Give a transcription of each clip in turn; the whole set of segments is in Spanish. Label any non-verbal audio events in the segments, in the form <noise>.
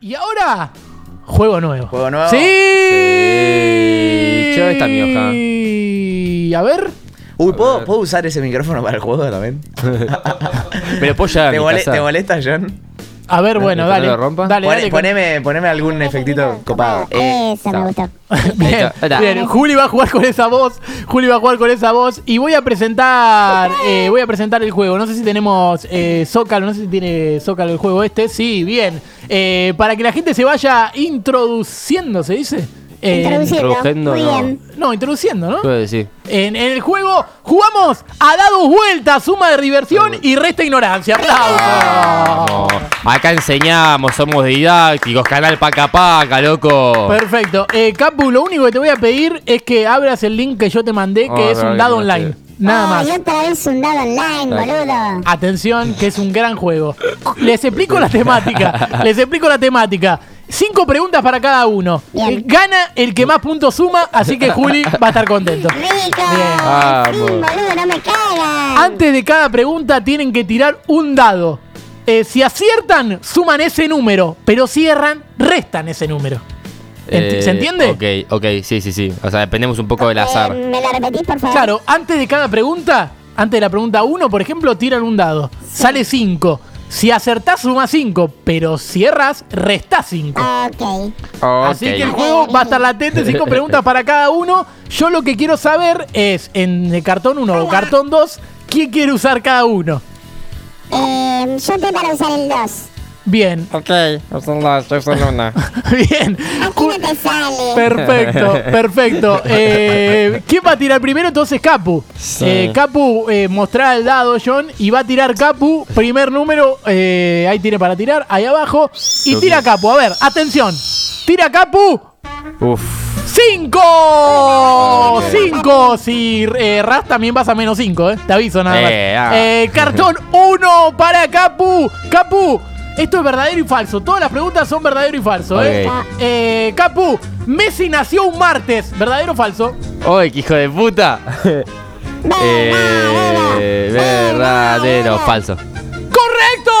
Y ahora, juego nuevo. Juego nuevo. ¡Sí! Sí. Yo esta mi hoja. Y a ver. Uy, A ¿puedo, ver. ¿puedo usar ese micrófono para el juego también? Pero puedo llegar <laughs> a ¿Te, mi mole- casa. te molesta, John? A ver, bueno, que dale. no lo rompa. Dale, Pone- dale. poneme, poneme algún efectito copado. Eh, Eso está. me gustó. Ahí Bien, está, ahí está. bien. Juli va a jugar con esa voz. Juli va a jugar con esa voz. Y voy a presentar. eh, voy a presentar el juego. No sé si tenemos eh, Zócalo, no sé si tiene Zócalo el juego este. Sí, bien. Eh, para que la gente se vaya introduciendo, ¿se dice? En- Introduciendo. introduciendo, Muy no. bien. no, introduciendo, ¿no? Puedo decir. En, en el juego jugamos a dados vueltas, suma de diversión y resta ignorancia. ¡Aplausos! Vamos. Acá enseñamos, somos didácticos, canal paca paca, loco. Perfecto. Eh, Capu, lo único que te voy a pedir es que abras el link que yo te mandé, que Ah, es un dale, dado que no online. te- Nada más. Ay, otra vez un dado online, boludo. Atención, que es un gran juego. Les explico la <laughs> temática. Les explico la temática. Cinco preguntas para cada uno. Bien. Eh, Gana el que más puntos suma, así que Juli va a estar contento. ¡Rico! Vamos. Sí, boludo, no me Eh, cagas. Antes de cada pregunta tienen que tirar un dado. Eh, si aciertan, suman ese número, pero si erran, restan ese número. Ent- ¿Se entiende? Eh, Ok, ok, sí, sí, sí. O sea, dependemos un poco del azar. ¿Me la repetís, por favor? Claro, antes de cada pregunta, antes de la pregunta 1, por ejemplo, tiran un dado. Sale 5. Si acertás, suma 5, pero si erras, restás 5. Ok. Así que el juego va a estar latente, cinco preguntas para cada uno. Yo lo que quiero saber es, en el cartón 1 o cartón 2, ¿quién quiere usar cada uno? Eh, yo estoy para usar el 2. Bien, <laughs> Ok, son las, yo soy Luna. bien. Aquí no te sale. <laughs> Perfecto, perfecto. Eh, ¿Quién va a tirar primero? Entonces Capu. Eh, Capu eh, mostrá el dado, John, y va a tirar Capu. Primer número, eh, ahí tiene para tirar, ahí abajo. Y tira Capu. A ver, atención. Tira Capu. Uf. ¡Cinco! ¡Cinco! Si eh, Ras también vas a menos cinco, ¿eh? Te aviso nada más. Eh, ah. Eh, cartón uno para Capu. Capu, esto es verdadero y falso. Todas las preguntas son verdadero y falso, ¿eh? Ok. Eh, Capu, Messi nació un martes. ¿Verdadero o falso? ¡Oye, qué hijo de puta! Eh, verdadero, falso. <laughs> ¡Correcto!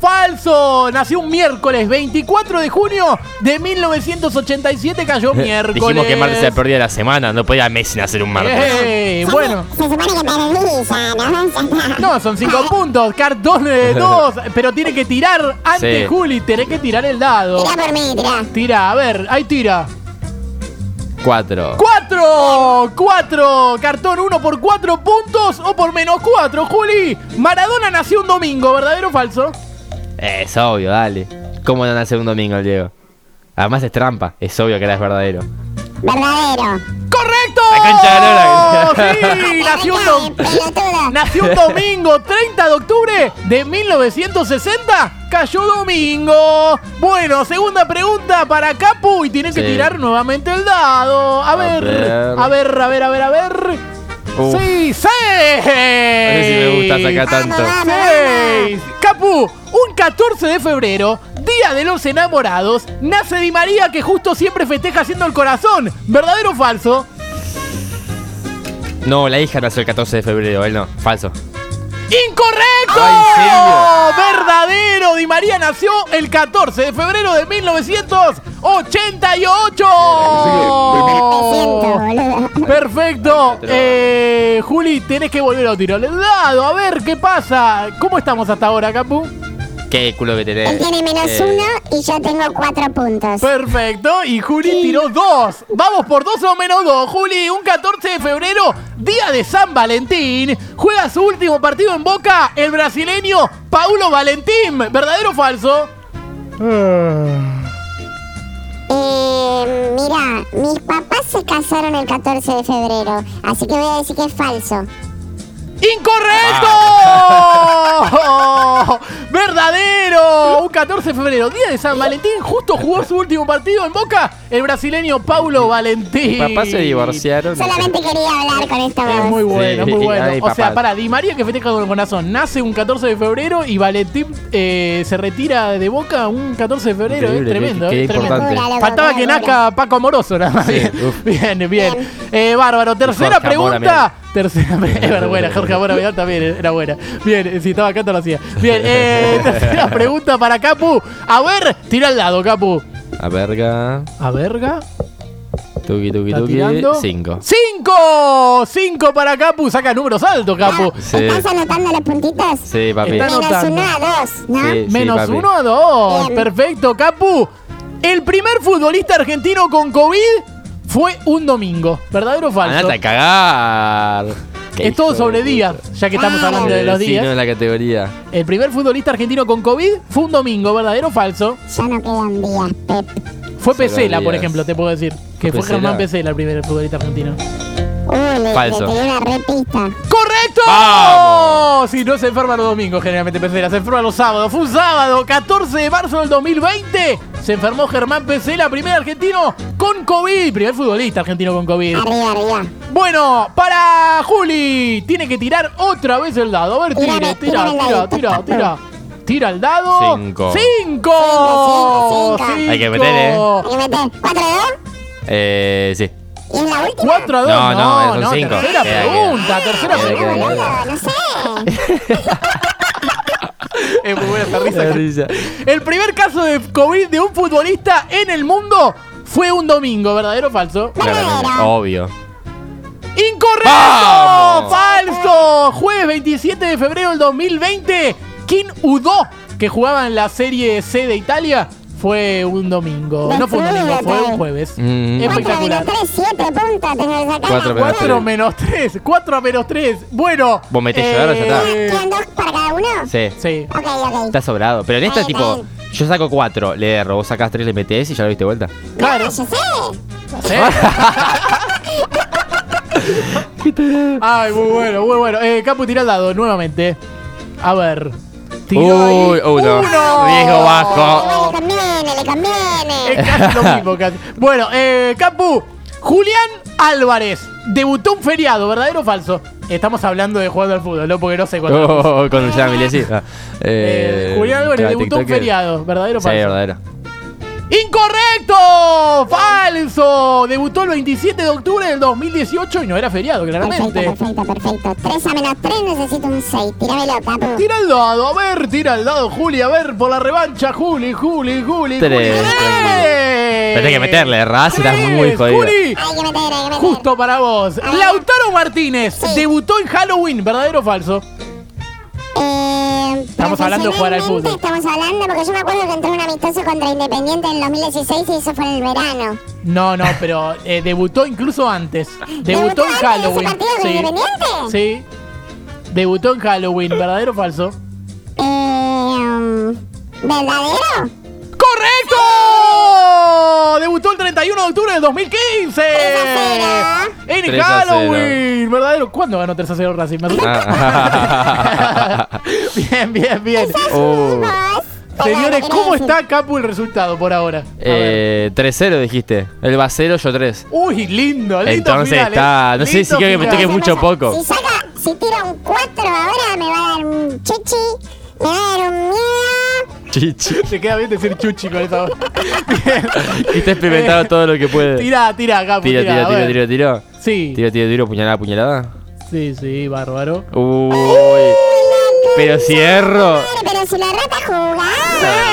¡Falso! Nació un miércoles 24 de junio de 1987. Cayó miércoles. <laughs> Dijimos que martes se perdía la semana, no podía Messi nacer un martes. Eh, Se- bueno. Se supone que perdí ya, ¿no? Ya está. No, son <laughs> cinco puntos. Cartón de dos. Pero tiene que tirar antes, Sí. Juli. Tiene que tirar el dado. Tirá por mí, tirá. Tira, a ver, ahí tira. Cuatro. ¡Cuatro! ¡Cuatro! Cartón uno por cuatro puntos o por menos cuatro, Juli. Maradona nació un domingo, ¿verdadero o falso? Eh, Es obvio, dale. ¿Cómo no nace un domingo el Diego? Además es trampa, es obvio que era es verdadero. Verdadero. ¡Correcto! La cancha ¡Sí! Nació un, dom- Pelotudo. nació un domingo, 30 de octubre de 1960. Cayó domingo. Bueno, segunda pregunta para Capu y tiene que Sí. tirar nuevamente el dado. A A ver, ver. a ver, a ver, a ver, a ver. Uf. ¡Sí! ¡Sí! No sé si me gusta sacar Vamos, tanto. vamos, Seis. Capu, un 14 de febrero, Día de los Enamorados, nace Di María que justo siempre festeja haciendo el corazón. ¿Verdadero o falso? No, la hija nació el 14 de febrero, él no. Falso. ¡Incorrecto! ¡Verdadero! Di María nació el 14 de febrero de 1988. vamos. Me siento, boludo. Perfecto. Eh, Juli, tenés que volver a tirar el dado. A ver qué pasa. ¿Cómo estamos hasta ahora, Capu? Qué culo que tenés. Él tiene menos Eh, uno y yo tengo cuatro puntos. Perfecto, y Juli tiró dos. Vamos por dos o menos dos, Juli. Un 14 de febrero, día de San Valentín. Juega su último partido en Boca el brasileño Paulo Valentín. ¿Verdadero o falso? Eh, mira, mis papás se casaron el 14 de febrero, así que voy a decir que es falso. ¡Incorrecto! <laughs> ¡Verdadero! Un 14 de febrero, día de San Valentín. Justo jugó su último partido en Boca el brasileño Paulo Valentín. Papá se divorciaron. Solamente quería hablar con esta Es voz. muy bueno, Sí, muy bueno. ay, o sea, papá. para Di María que festeja con el corazón. Nace un 14 de febrero y Valentín eh, se retira de Boca un 14 de febrero. Es Increíble, tremendo, qué- qué es tremendo. importante. Locura, loco, Faltaba que locura. nazca Paco Amoroso, nada más. Sí, bien, uf. bien, bien. Bien. Eh, bárbaro. Tercera Jorge Amora, pregunta Tercera <laughs> pregunta. buena, Jorge Amor Avedor también era buena. Bien, si estaba acá, te lo hacía. Bien, <laughs> eh, tercera pregunta para Capu. A ver, tira al lado, Capu. A verga. A verga. Tuki, tuki, ¿Está tuki. tirando? Cinco. ¡Cinco! ¡Cinco para Capu! Saca números altos, Capu. Ah. Sí. ¿Estás anotando los puntitos? Sí, papi. Está- Menos anotando. uno a dos, ¿no? Sí. Menos papi. uno a dos. Bien. Perfecto, Capu. El primer futbolista argentino con COVID fue un domingo. ¿Verdadero o falso? Andate a cagar. Qué Es todo hijo sobre de días, ya que estamos Ah, hablando puta. de los Sí, no días. en la categoría. El primer futbolista argentino con COVID fue un domingo, ¿verdadero o falso? Ya no quedan días, Pep. Fue Sobre Pesela, por días. ejemplo, te puedo decir. Que fue ¿Fue Germán Pesela Pesela el primer futbolista argentino. Uy, le, le Falso. pegué una repista. ¡Correcto! ¡Vamos! Si no se enferma los domingos, generalmente Pesela, se enferma los sábados. Fue un sábado, 14 de marzo del 2020. Se enfermó Germán Pesela, primer argentino con COVID. Primer futbolista argentino con COVID. Arriba, arriba. Bueno, para Juli. Tiene que tirar otra vez el dado. A ver, tire, tira, Tírame, tírame el tira, dadito, tira, papu. tira. Tira el dado. Cinco. ¡Cinco! Cinco, cinco, cinco. Hay que meter, ¿eh? Hay que meter cuatro de dos. Eh, sí. Y en la última. 4 a 2. No, no, No, no, son cinco. Tercera Queda, pregunta, tercera Ah, Queda, queda, pregunta. boludo, no sé. Es muy buena esta Qué risa. risa. El primer caso de COVID de un futbolista en el mundo fue un domingo, ¿verdadero o falso? Claramente. Obvio. ¡Incorrecto! ¡Vamos! ¡Falso! Jueves 27 de febrero del 2020, Kim Udo, que jugaba en la Serie C de Italia, fue un domingo. No fue un domingo, fue un jueves. Mm. Cuatro menos Espectacular. tres, siete puntos. Tengo que sacar. Cuatro menos 4 menos 3, 4 menos 3. Bueno. Vos metés yo, ahora ya está. eh, Ah, ¿Quedan dos para cada uno? Sí. Sí. Ok, ok. Está sobrado. Pero en esta, Está tipo, bien. yo saco cuatro, le erro. Vos sacás tres, le metés y ya lo viste vuelta. Claro. Ah, yo ¿Sí? sé. <laughs> Ay, muy bueno, muy bueno. Eh, Capu, tira el dado nuevamente. A ver. Tiró Uy, oh. ahí. uno. Riesgo bajo. Igual le conviene, le conviene. Es <laughs> casi lo mismo, casi. Bueno, eh, Capu, Julián Álvarez debutó un feriado, ¿verdadero o falso? Estamos hablando de jugando al fútbul, ¿no? Porque no sé cuándo. Oh, <laughs> con Luciana Milesi. Ah, Eh, eh, Julián Álvarez cada debutó un TikToker. feriado, ¿verdadero o Sí, falso? verdadero. ¡Incorrecto! ¡Falso! Debutó el 27 de octubre del 2018 y no era feriado, claramente. Perfecto, perfecto, perfecto. Tres a menos tres, necesito un seis. Tíramelo, capo. Tira al dado, a ver, tira al dado, Juli, a ver, por la revancha, Juli, Juli, Juli. Tres, Juli. tres. ¡Tres! Pero hay que meterle, errás y estás Tres, muy jodido. Juli, Hay que meter, hay que meter. justo para vos. Lautaro Martínez Sí. debutó en Halloween, ¿verdadero o falso? Eh, Estamos hablando de jugar al fútbol. profesionalmente Estamos hablando porque yo me acuerdo que entró un amistoso contra Independiente en 2016 y eso fue en el verano. No, no, pero eh, debutó incluso antes. ¿Debutó Debutó en antes de ese Halloween. partido con Independiente? Sí. Debutó en Halloween, ¿verdadero o falso? Eh, um, ¿Verdadero? ¡Correcto! Debutó el 31 de octubre del 2015. a En 3 a Halloween, ¿verdadero? ¿Cuándo ganó 3 a 0 Racing? Me asusté. Ah. <laughs> bien, bien, bien. Oh. <laughs> Vos, pero Señores, no ¿cómo quería decir. está Capu el resultado por ahora? A ver. Eh, 3-0 dijiste. Él va 0, yo 3. Uy, lindo, lindo. Entonces final, ¿eh? está- no sé Lindo si creo que me final. toque Pasa, mucho pasa. poco. Si saca, si tira un 4 ahora me va a dar un chichi, me va a dar un miedo. Chichi. Te queda bien decir chuchi con esa voz. Y <laughs> está <laughs> experimentado todo lo que puede. Tira, Tira, tira, Capu. tira, a tira, ver. tira, tira. Sí, Tira, tira, tira, puñalada, puñalada. sí, sí, bárbaro. Uy. ¡Oh! Pero cierro. Madre, pero si la rata jugaba.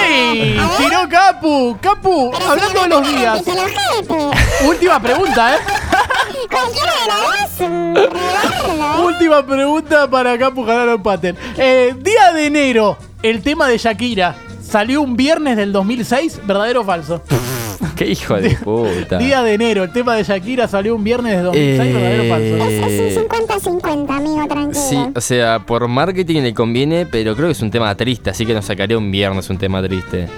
¡Ey! A ver. Tiró Capu. Capu, Pero si hablando de los la rata días. antes el ojete. Última pregunta, ¿eh? Cualquiera de las dos, un rebardo, ¿eh? Última pregunta para Capu Jalaro Pater. Eh, día de enero, el tema de Shakira. Salió un viernes del 2006, ¿verdadero o falso? Qué hijo de puta. Día de enero, el tema de Shakira salió un viernes del 2006, ¿verdadero o falso? Es Eh, un 50-50, amigo, tranquilo. Sí, o sea, por marketing le conviene, pero creo que es un tema triste, así que nos sacaré un viernes un tema triste.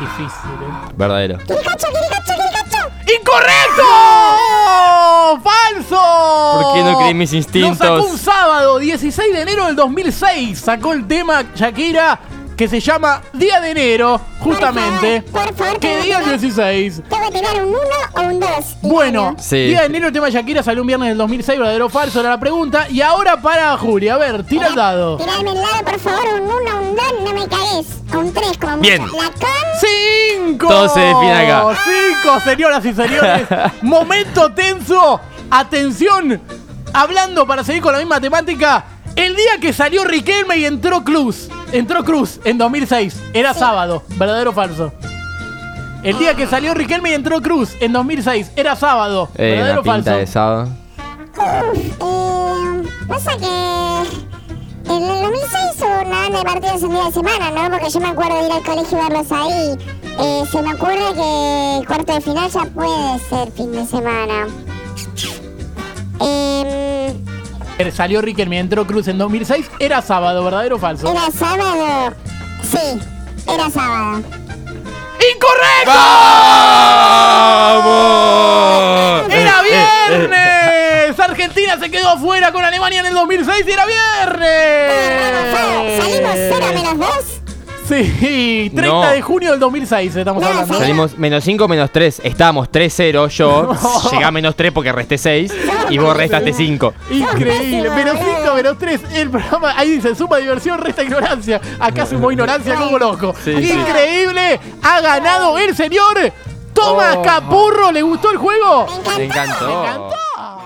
Difícil, ¿eh? Verdadero. Quiricacho, quiricacho, quiricacho. ¡Incorrecto! ¡Falso! ¿Por qué no creí mis instintos? Lo sacó un sábado, 16 de enero del 2006. Sacó el tema Shakira que se llama Día de Enero, justamente. Por favor, por favor, ¿Qué que día no- 16? Tengo que tirar un 1 o un 2. Bueno, Sí. Día de enero el tema Shakira salió un viernes del 2006, verdadero o falso era la pregunta. Y ahora para Juli, a ver, tira el dado. Tirarme el lado, por favor, un 1, un 2, no me cagues. O un 3, como Bien. mucho. La con. ¡Cinco! Todo se define acá. <laughs> ¡Cinco, señoras y señores! Momento tenso Atención, hablando para seguir con la misma temática, el día que salió Riquelme y entró Cruz, entró Cruz en 2006, era sábado, verdadero o falso. El día que salió Riquelme y entró Cruz en 2006, era sábado, Eh, verdadero una o pinta falso. de sábado. Eh, pasa que en el 2006 hubo una banda de partidos en día de semana, ¿no? Porque yo me acuerdo de ir al colegio y verlos ahí. Eh, se me ocurre que el cuarto de final ya puede ser fin de semana. Eh, Eh, Salió Riquelme y entró Cruz en 2006, era sábado, verdadero o falso. ¿Era sábado? Sí, era sábado. ¡Incorrecto! ¡Era Eh, viernes! Argentina se quedó afuera con Alemania en el 2006 y era Fue- ¿Salimos 0 viernes. menos 2? Sí, 30 No. de junio del 2006 estamos No, hablando. salió- Salimos menos 5, menos 3. Estábamos <laughs> 3-0 yo. Llegué a menos 3 porque resté 6. Y vos restaste 5. Increíble, menos 5, menos 3. El programa ahí dice suma diversión, resta ignorancia. Acá sumó ignorancia como loco. Sí, sí. Increíble, ha Oh. ganado el señor Tomás Capurro. ¿Le gustó el juego? Me encantó. encantó. ¡Me encantó!